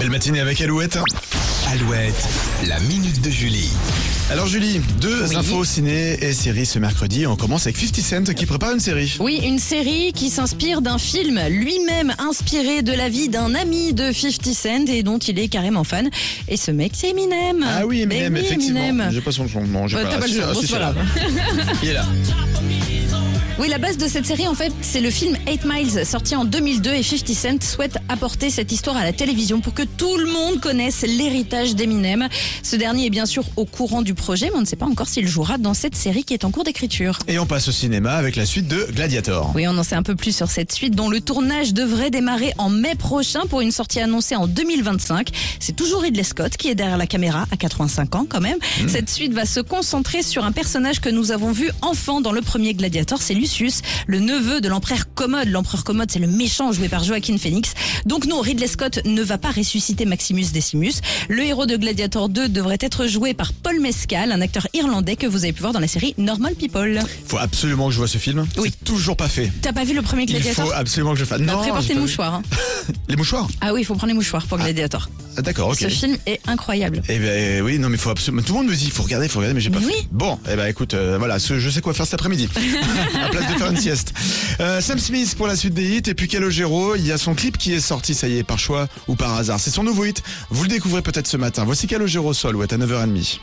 Belle matinée avec Alouette. Alouette, la minute de Julie. Alors Julie, deux infos ciné et séries ce mercredi. On commence avec 50 Cent qui prépare une série. Oui, une série qui s'inspire d'un film lui-même inspiré de la vie d'un ami de 50 Cent et dont il est carrément fan. Et ce mec, c'est Eminem. Ah oui, Eminem, Mais oui, effectivement. Eminem. J'ai pas son nom. Non, j'ai Euh, pas, t'as Ah, pas le si, son, ah, bon, si, c'est si, pas là. Il est là. Oui, la base de cette série, en fait, c'est le film 8 Miles, sorti en 2002, et 50 Cent souhaite apporter cette histoire à la télévision pour que tout le monde connaisse l'héritage d'Eminem. Ce dernier est bien sûr au courant du projet, mais on ne sait pas encore s'il jouera dans cette série qui est en cours d'écriture. Et on passe au cinéma avec la suite de Gladiator. Oui, on en sait un peu plus sur cette suite dont le tournage devrait démarrer en mai prochain pour une sortie annoncée en 2025. C'est toujours Ridley Scott qui est derrière la caméra à 85 ans quand même. Hmm. Cette suite va se concentrer sur un personnage que nous avons vu enfant dans le premier Gladiator, c'est Lucius, le neveu de l'empereur Commode. L'empereur Commode, c'est le méchant joué par Joaquin Phoenix. Donc non, Ridley Scott ne va pas ressusciter Maximus Decimus. Le héros de Gladiator 2 devrait être joué par Paul Mescal, un acteur irlandais que vous avez pu voir dans la série Normal People. Faut absolument que je vois ce film. Oui. C'est toujours pas fait. T'as pas vu le premier Il Gladiator Bah, faut absolument que je fasse. Non, Prépare j'ai tes pas vu. mouchoirs. hein. Les mouchoirs Ah oui, il faut prendre les mouchoirs pour Gladiator. Ah, D'accord, ok. Ce film est incroyable. Eh ben oui, non mais faut absolument. Tout le monde me dit, faut regarder, faut regarder, mais j'ai pas Mais fait. oui. Bon, eh ben écoute, euh, voilà, ce- je sais quoi faire cet après-midi. à place de faire une sieste. Euh, Sam Smith pour la suite des hits et puis Calogero, il y a son clip qui est sorti, ça y est, par choix ou par hasard. C'est son nouveau hit. Vous le découvrez peut-être ce matin. Voici Calogero Sol, ou à 9h30.